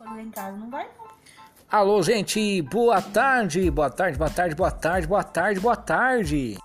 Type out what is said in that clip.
lá em casa, não vai não. Alô, gente, boa tarde, boa tarde, boa tarde, boa tarde, boa tarde, boa tarde.